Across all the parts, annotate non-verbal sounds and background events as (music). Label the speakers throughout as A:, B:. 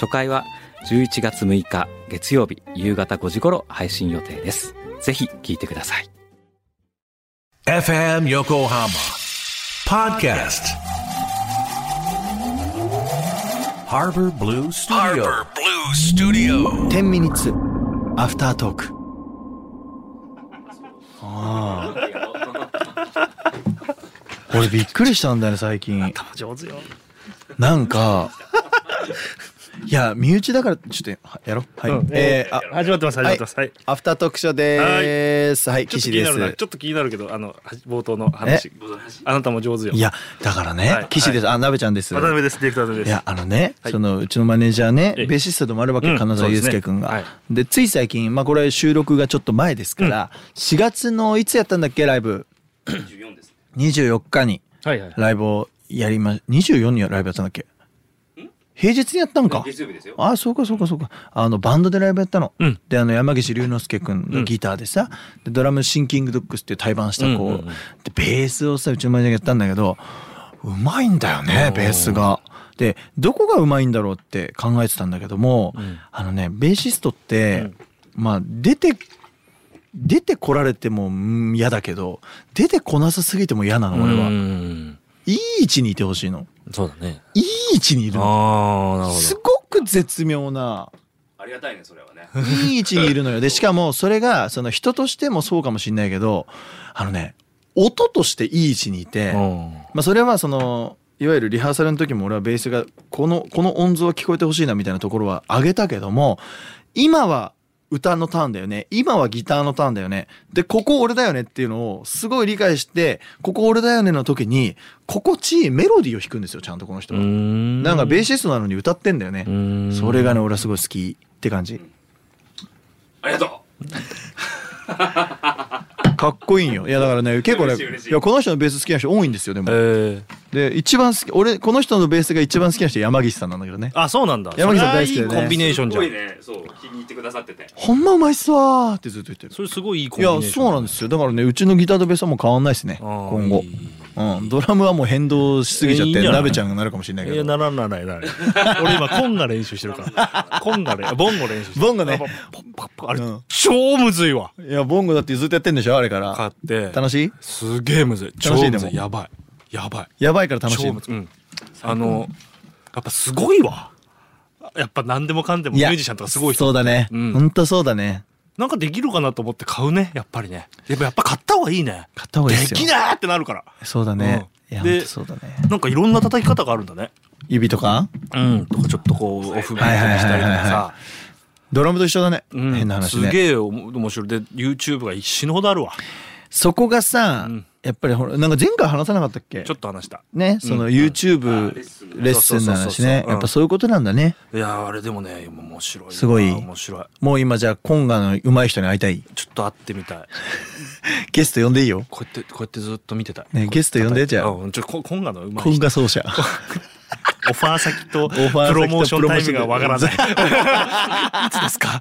A: 初回は11月6日月曜日夕方5時頃配信予定ですぜひ聞いてください
B: FM Yokohama Podcast. Harbor Blue Studio. Harbor Blue Studio.
C: 10ミニッツアフタートークああ俺びっくりしたんだよね最近
D: 上手よ。
C: なんかいや身内だからちょっとはやろうはい、
D: うん
C: えー、あ
D: 始まってます、始まってます。はい。
C: アフタートークショーでーすはい
D: ちょっと
C: 岸
D: 気に
C: で
D: なるな、
C: す
D: ちょっと気になるけど、あの、は冒頭の話。あなたも上手よ。
C: い、やだからね、
D: はい
C: 岸です、あなべちゃんです
D: 渡辺です、ディレクターズで
C: い
D: す。
C: やあのね、
D: はい
C: そのうちのマネージャーね
D: ええ
C: ベーシストでもあるわけ、
D: うん
C: 金沢祐介君が、
D: そう
C: で
D: ですね
C: つい最近まあこれ収録がちょっと前ですから、4月のいつやったんだっけライブ24日に
D: はいはい。
C: ライブをやりま24にライブやったんだっけ平日にやったんかああそうかそうかそうかあのバンドでライブやったの、
D: うん
C: であの山岸龍之介君
D: う
C: の
D: ん
C: ギターでさ、でドラムシンキングドッグスっていう対バンした子、
D: うんうんうん
C: でベースをさうちのマネージャーがやったんだけどうまいんだよねベースが。でどこがうまいんだろうって考えてたんだけども、
D: ん
C: あのねベーシストって、まあ出て出てこられてもうん嫌だけど出てこなさすぎても嫌なの俺は。
D: うん。
C: いい位置にいてほしいの。
D: そうだね。
C: いい位置にいるの。
D: ああ、なるほ
C: す
D: ど。
C: ごく絶妙な。ありがたいね、それはね。いい位置にいるのよ。 (laughs) で、しかも、それが、その人としてもそうかもしんないけど、あのね、音としていい位置にいて、
D: うん
C: まあ、それはその、いわゆるリハーサルの時も俺はベースが、この、この音像は聞こえてほしいなみたいなところは上げたけども、今は歌のターンだよね。今はギターのターンだよね。で、ここ俺だよねっていうのをすごい理解して、ここ俺だよねの時に、心地いいメロディーを弾くんですよ、ちゃんとこの人
D: う
C: は。
D: ん。
C: なんかベーシストなのに歌ってんだよね。
D: うん
C: それがね、俺はすごい好きって感じ。
E: ありがと
C: (laughs) かっこいいんよ。いや、だからね、結構ね、
E: 嬉しい嬉しい
C: いや、この人のベース好きな人多いんですよ、で
D: え
C: も。
D: ー。
C: で、一番好き、俺、この人のベースが一番好きな人山岸さんなんだけどね。
D: あ、そうなんだ。
C: 山口さん大好きだよね
D: それはいいコンビネー
E: う。
D: ション
E: す
D: じゃ
E: ご
D: ん
E: い。ね、そう、気に入ってくださってて。
C: ほんまうまいっすわーってずっと言ってる。
D: それすごいいいコン
C: い
D: ビネ
C: や、
D: ーション。。
C: そうなんですすよ。だからね、うちのギターとベースはもう変わんないですね。今後。うん、ドラムはもう変動しすぎちゃっ
D: いいんじ
C: て、
D: ゃない
C: 鍋ちゃんがなるかもしれない
D: い
C: け
D: や、
C: ど。
D: ならんならんならん。俺今、コンガ練習してるから。コンガ練、ボンゴ練習してる。
C: ボンゴね
D: あポッポッポッあれ
C: うん、
D: 超むずいわ。
C: いや、ボンゴだってずっとやってんでしょ、あれから。
D: 買って。
C: 楽しい
D: すげえむずい。超
C: 楽しい
D: む
C: で
D: ず
C: も
D: い。やばい。やばい。
C: やばいから楽しい
D: 超。むずい。うん。あの、やっぱすごいわ。やっぱ何でもかんでも
C: い
D: ミュ
C: や
D: ージシャンとかすごい人。
C: そうだね。
D: うん
C: ほんとそうだね。
D: なんかできるかなと思って買うね。やっぱりね。やっぱやっぱ買った方がいいね。
C: 買った方がいいです
D: で
C: よ
D: き。ないってなるから。
C: そうだね。い
D: うん
C: や、ほ
D: で
C: んとそうだね。
D: なんかいろんな叩き方があるんだね。
C: 指とか
D: うん。とかちょっとこう、オフビートにしたり
C: はいはいはい
D: とか
C: はい
D: さ
C: は。ドラムと一緒だね。
D: うん
C: 変な話
D: す
C: ね。
D: げえおも面白い。で、YouTube が死ぬほどあるわ。
C: そこがさ、
D: うん
C: やっぱりほら、なんか前回話さなかったっけ
D: ちょっと話した。
C: ね、その
D: うん
C: YouTube
E: レッスン
C: レッスンの話
D: そうそうそう
C: ね
D: そ。う
C: やっぱそういうことなんだね。
D: いやー、あれでもね、面白いな。
C: すごい
D: 面白い。
C: もう今じゃあ、コンガの上手い人に会いたい。
D: ちょっと会ってみたい。
C: ゲスト呼んでいいよ。
D: こうやって、こうやってずっと見てたい。
C: ねゲスト呼んでじゃあ
D: うん、ちょ、こ今夜のうまい
C: コン
D: 人。
C: ガ奏者。
D: オファー先と (laughs) プ
C: ァー先と
D: ロモーションタイムがわか
C: (laughs)
D: らない。いつですか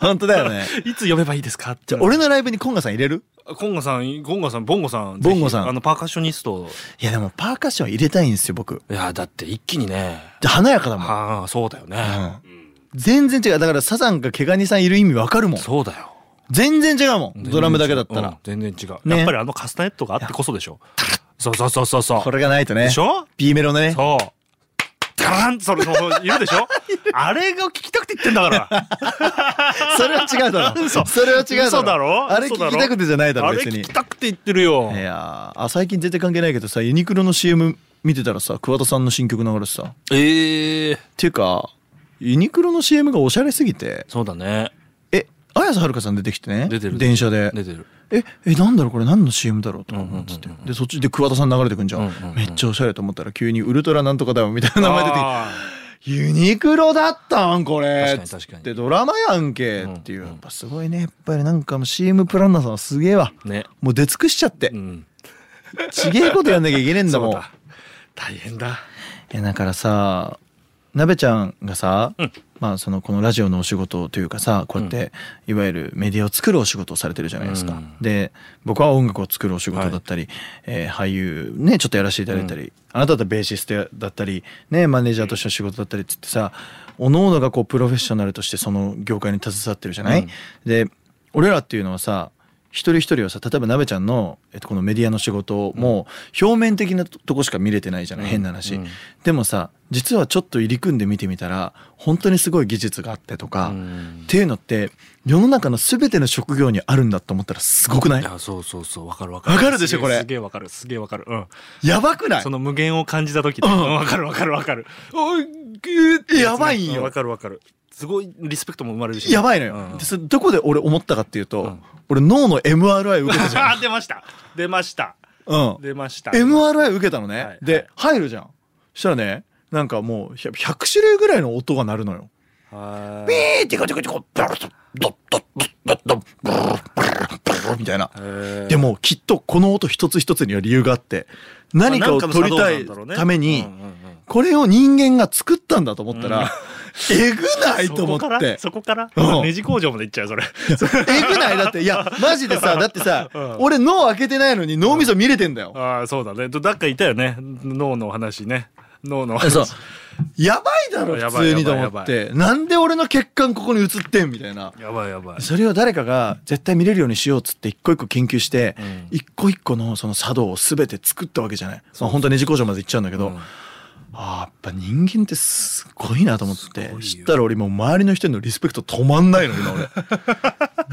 C: 本当だよね。
D: いつ呼べばいいですかって
C: じゃあ、俺のライブにコンガさん入れる
D: コンガさん、コンガさん、ボンゴさん。
C: ボンゴさん
D: ぜひあの、パーカッショニスト。
C: いや、でもパーカッション入れたいんですよ、僕。
D: いや、だって一気にね。
C: で華やかだもん。
D: はあ、そうだよね。
C: うん
E: うん。
C: 全然違う。だから、サザンが毛ガニさんいる意味わかるもん。
D: そうだよ。
C: 全然違うもん。ドラムだけだった
D: うん
C: ら。
D: 全然違う。
C: ね
D: やっぱりあのカスタネットがあってこそでしょ。そうそうそうそうそう。
C: これがないとね。
D: でしょ
C: ?B メロね。
D: そう。ガランそれのいるで
C: (laughs)
D: しょあれが聞きたくて言ってんだから。
C: それは違うだろ。
D: (laughs) 嘘
C: それは違うだろ。
D: 嘘だろ
C: あれ聞きたくてじゃないだろ、
D: あれ
C: 別に。
D: 聞
C: い
D: きたくて言ってるよ。
C: やーあ、最近全然関係ないけどさ、ユニクロの CM 見てたらさ、桑田さんの新曲流れてさ。っ
D: ええ
C: ていうか、ユニクロの CM がおしゃれすぎて、
D: そうだね。
C: え、綾瀬はるかさん出てきてね。
D: 出てる
C: 電車で。
D: 出てる。
C: え、え、なんだろうこれ何の CM だろうとか思ってて。で、そっちで桑田さん流れてくんじゃん。
D: うんうんうん
C: めっちゃおしゃれと思ったら急にウルトラなんとかだよみたいな名前出てきて。
D: あ
C: ユニクロだったんこ
A: 確
C: れ
A: かに確かに
C: でドラマやんけっていう、やっぱすごいねやっぱりなんかもう CM プランナーさんはすげえわ
A: ね
C: もう出尽くしちゃって、
A: うん
C: ちげえことやんなきゃいけねえんだもん
D: そうだ大変だ
C: いやだからさなべちゃんがさ、まあそのこのラジオのお仕事というかさこうやっていわゆるメディアを作るお仕事をされてるじゃないですか、
A: うん
C: で僕は音楽を作るお仕事だったり、えー俳優ねちょっとやらせていただいたり、あなただったらベーシストだったりねマネージャーとしての仕事だったりっつってさおのおのがこうプロフェッショナルとしてその業界に携わってるじゃない、で俺らっていうのはさ一人一人はさ例えばなべちゃんの、えっと、このメディアの仕事も表面的なととこしか見れてないじゃない、変な話、
A: うん
C: でもさ実はちょっと入り組んで見てみたら本当にすごい技術があってとか、っていうのって世の中の全ての職業にあるんだと思ったらすごくない
D: いやそうそうそうわかるわかる
C: わかるでしょこれ
D: すげえわかるすげえわかるうん
C: やばくない
D: その無限を感じた時で
C: う
D: うんんわかるわかるわかるおいぐーってつね
C: やばいんよ
D: わかるわかるすごいリスペクトも生まれるし
C: やばいのよ、
D: うん
C: でそれどこで俺思ったかっていうと、
D: うん
C: 俺脳の MRI 受けた
D: (laughs)
C: じゃん、
D: あ (laughs) 出ました出ました
C: うん、
D: 出ました
C: MRI 受けたのね、
D: はい
C: で入るじゃんしたらねなんかもう100 100種類ぐらいの音が鳴るのよ
D: は
C: ピ
D: い
C: ーティコティコティコブルルドッドッドッドッドッブルルブルルブルルみたいな
D: へー
C: でもきっとこの音一つ一つには理由があって何かを取りたいために
D: うんうんうん
C: これを人間が作ったんだと思ったら、えぐないと思
D: そこ
C: っ
D: か
C: て
D: らそこから
C: うん
D: ネジ工場まで行っちゃう
C: (laughs)
D: それ
C: えぐないだっていやマジでさだってさ、
D: (laughs) うん
C: 俺脳開けてないのに脳みそ見れてんだよ、
D: ああそうだねどだっかいたよね脳の話ね脳の
C: え
D: 話
C: そうやばいだろ
D: や
C: 普
D: ばい
C: 通にと
D: やば
C: 思
D: いやば
C: っ
D: い
C: てなんで俺の血管ここに映ってんみたいな
D: やばいやばい
C: それを誰かが絶対見れるようにしようっつって一個一個研究して、
D: ん
C: 一個一個のその茶道を全て作ったわけじゃないまあ本当はねじ工場まで行っちゃうんだけど、
D: うん
C: あーやっぱ人間ってすごいなと思って
D: ごいよ
C: 知ったら俺もう周りの人へのリスペクト止まんないの今
D: (laughs)
C: 俺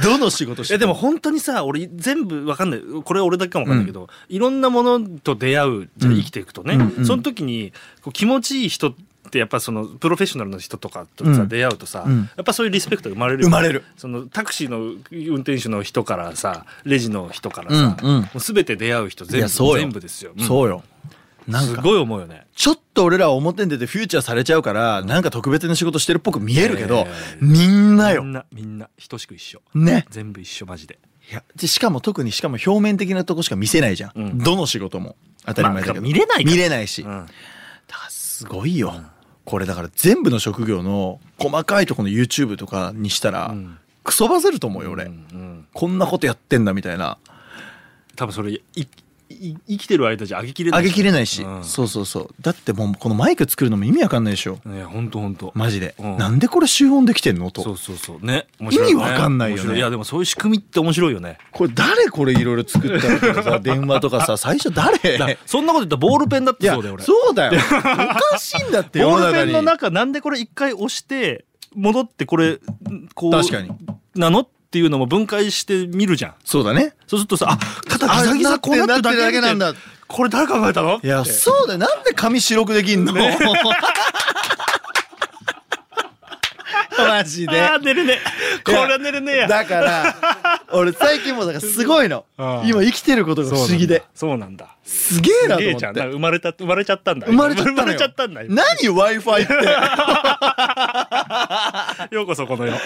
C: どの仕事して
D: え
C: て
D: で
C: も
D: も本当にさ俺全部わかんないこれ俺だけかもわかんないけど、いろんなものと出会うじゃん
C: うん
D: 生きていくとね、
C: うんうん
D: その時にこう気持ちいい人ってやっぱそのプロフェッショナルの人とかとさ、
C: うん
D: 出会うとさ、
C: うん
D: やっぱそういうリスペクトが生まれる
C: 生まれる
D: そのタクシーの運転手の人からさレジの人からさ、
C: うんうん
D: もう全て出会う人
C: い
D: 全
C: や
D: 部
C: そうよ
D: 全部ですよ、うん
C: そうよなん
D: す
C: か
D: ごい思うよね
C: ちょっと俺らは表に出てフューチャーされちゃうからなんか特別な仕事してるっぽく見えるけど、
D: えー
C: みんなよ
D: みんなみんな等しく一緒
C: ね
D: 全部一緒マジで
C: いやでしかも特にしかも表面的なとこしか見せないじゃん、
D: うん
C: どの仕事も当たり前だけど、
D: まあ見れないから
C: 見れないし、
D: う
C: だ
D: ん
C: からすごいよ、これだから全部の職業の細かいとこの YouTube とかにしたら、
D: ん
C: クソバズると思うよ俺、
D: うんうん
C: こんなことやってんだみたいな
D: 多分それいいい生きてる間じゃ上げきれない
C: 上げきれないし、
D: うん
C: そうそうそうだってもうこのマイク作るのも意味わかんないでしょ
D: ねほんとほんと
C: マジで、
D: うん
C: なんでこれ集音できてんのと
D: そうそうそうね面
C: 意味わかんないよね
D: 面白いいやでもそういう仕組みって面白いよね
C: これ誰これいろいろ作ったのとか
D: (laughs)
C: さ電話とかさ最初誰
D: だそんなこと言ったらボールペンだっ
C: い
D: て
C: や
D: そうだよ俺
C: そうだよおかしいんだ
D: (laughs)
C: って世
D: ボ
C: の
D: ール
C: 中
D: ペ
C: に
D: ンの中なんでこれ一回押して戻ってこれこう
C: 確かに
D: なのっていうのも分解してみるじゃん
C: そうだね
D: そうするとさあ肩ギザギ
C: あ
D: ザこうなってるだ
C: なって
D: け
C: るだけなんだ
D: みたいこれ誰考えたの
C: いや
D: って
C: そうだよなんで髪白くできんの、 (laughs) マジで
D: あー寝れねえこれは寝れねえや
C: だから俺最近もだからすごいの
D: ああ
C: 今生きてることが不思議で
D: そうなんだ
C: すげえなと
D: すげえ
C: 思
D: じゃ
C: っ
D: んなんか
C: て
D: 生まれた生まれちゃったんだ
C: 生まれちゃったのよ
D: 生まれちゃったんだよ
C: 何 Wi-Fi
D: (laughs)
C: っ
D: ようこそこの世よ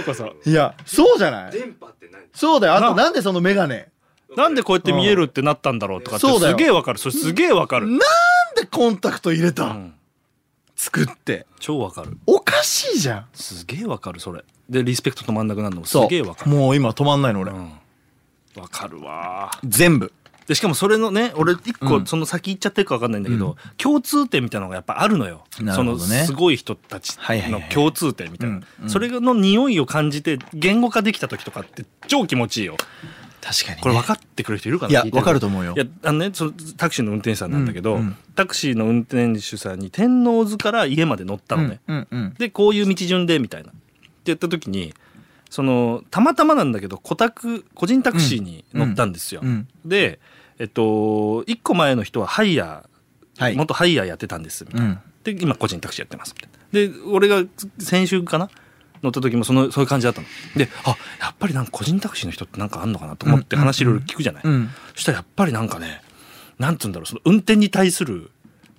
D: うこそ
C: ていやそうじゃない
E: 電波って何
C: そうだよあとなんでそのメガネ
D: なんでこうやって見えるってなったんだろうとかって
C: そうだよ
D: すげえわかるそれすげえわかる、
C: なんでコンタクト入れた、
D: うん
C: 作って
D: 超わかる
C: おかしいじゃん
D: すげえわかるそれでリスペクト止まんなくなるのもすげえわかる
C: もう今止まんないの俺、
D: うんわかるわ
C: 全部
D: でしかもそれのね俺一
C: う
D: 個
C: ん
D: その先行っちゃってるかわかんないんだけど、共通点みたいなのがやっぱあるのよ
C: なる
D: そ
C: ほど
D: の
C: ね
D: すごい人たち
C: はいはいは
D: の
C: い
D: 共通点みたいな、
C: うんうん
D: それの匂いを感じて言語化できた時とかって超気持ちいいよ
C: 確かに、ね、
D: これ分かってくれる人いるかない
C: や
D: 聞て
C: 分かると思うよ
D: いやあのねそのタクシーの運転手さんなんだけど、
C: うんうん
D: タクシーの運転手さんに天王洲から家まで乗ったのね、
C: うんうんうん
D: でこういう道順でみたいなって言った時にそのたまたまなんだけど個宅個人タクシーに乗ったんですよ、
C: うん
D: でえっと1個前の人はハイヤー、
C: はい
D: 元ハイヤーやってたんですみたいな
C: うん
D: で今個人タクシーやってますみたいなで俺が先週かな乗った時もそのそういう感じだったのであやっぱりなんか個人タクシーの人ってなんかあんのかなと思って話いろいろ聞くじゃない、
C: うん
D: そしたらやっぱりなんかねなんつうんだろうその運転に対する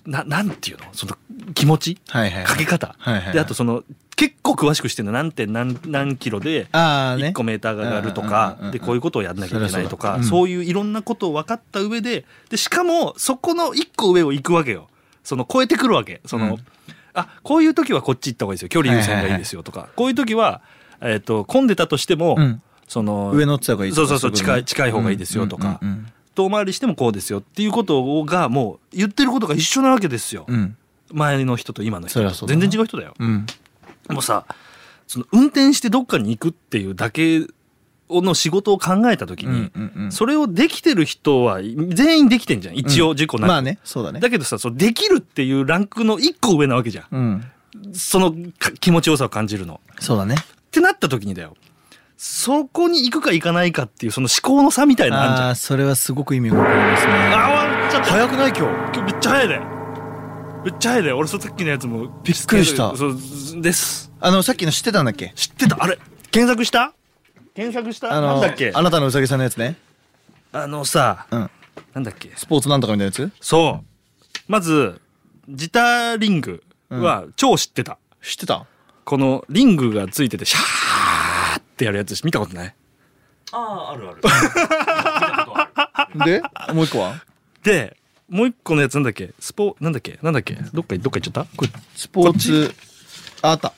D: ななんていうのその気持ち
C: はいはいはい
D: かけ方、
C: はいはいはい
D: であとその結構詳しくしてるの何点何何キロで
C: ああね
D: 1個メーターが上がると
C: うんうんうんう
D: か
C: ん
D: でこういうことをやんなきゃいけないと
C: そ
D: か
C: りゃそうだうん
D: そういういろんなことを分かった上ででしかもそこの1個上を行くわけよその超えてくるわけその、
C: うん
D: あこういう時はこっち行った方がいいですよ距離優先がいいですよとか、こういう時は、えっと混んでたとしても、
C: うん
D: その
C: 上乗ってた方がいい
D: そうそうそう
C: とか
D: 近い近い方がいいですよとか、
C: うんうん
D: 遠回りしてもこうですよっていうことをがもう言ってることが一緒なわけですよ、
C: うんうん
D: 前の人と今の人
C: そり
D: と
C: ゃそうだ
D: 全
C: な
D: 然違う人だよ、
C: うん
D: もうさその運転してどっかに行くっていうだけの仕事を考えた時
C: うん
D: に、
C: うんうん
D: それをできてる人は全員できてんじゃん一応事故なく、
C: まあねそうだね
D: だけどさそのできるっていうランクの一個上なわけじゃん
C: うん
D: そのか気持ちよさを感じるの
C: そうだね
D: ってなった時にだよそこに行くか行かないかっていうその思考の差みたいなのあんじゃん
C: ああーそれはすごく意味がわかりますね
D: あー終わっちゃった
C: 早くない今日
D: 今日めっちゃ早いでめっちゃ早いで俺さっきのやつもびっ
C: くりした
D: そうです
C: あのさっきの知ってたんだっけ
D: 知ってたあれ検索した検索した
C: あの
D: なんだっけ
C: あなたのうさぎさんのやつね
D: あのさ
C: うん
D: なんだっけ
C: スポーツなんとかみたいなやつ
D: そうまずジターリングは超知ってた、
C: 知ってた
D: このリングがついててシャーってやるやつ見たことない
E: ああ、あるある。見たことある
C: でもう一個は
D: でもう一個のやつなんだっけスポなんだっけなんだっけどっかどっか行っちゃったこれ
C: スポーツああった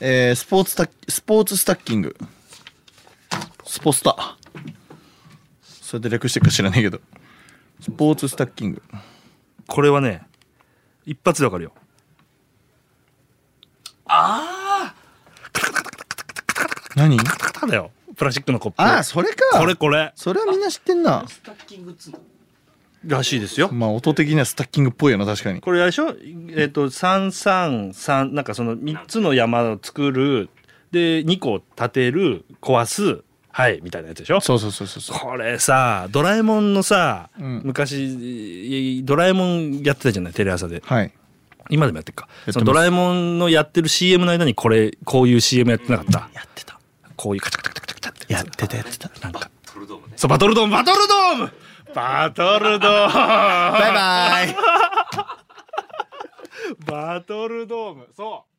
C: えー、スポーツタッスポーツスタッキングスポスタそれで略してるか知らないけどスポーツスタッキング
D: これはね一発でわかるよ
C: 何
D: カタカタだよプラスチックのコップ
C: ああそれか
D: これこれ
C: それはみんな知ってんな
E: スタッキング2。
D: らしいですよ
C: まあ音的にはスタッキングっぽいよな確かに
D: これあれでしょえっ、と333なんかその3つの山を作るで2個立てる壊すはいみたいなやつでしょ
C: そうそうそうそうそう
D: これさドラえもんのさ、
C: うん
D: 昔ドラえもんやってたじゃないテレ朝で
C: はい
D: 今でもやってるか
C: ます
D: そのドラえもんのやってる CM の間にこれこういう CM やってなかったやってたこういうカチャカチャカチャカチャってやつ
C: てたやってた
D: なんか
E: トルドームね。
D: そうバトルドームバトルドームバトルドーム
C: バ
D: (laughs)
C: イバイ
D: バトルドームそう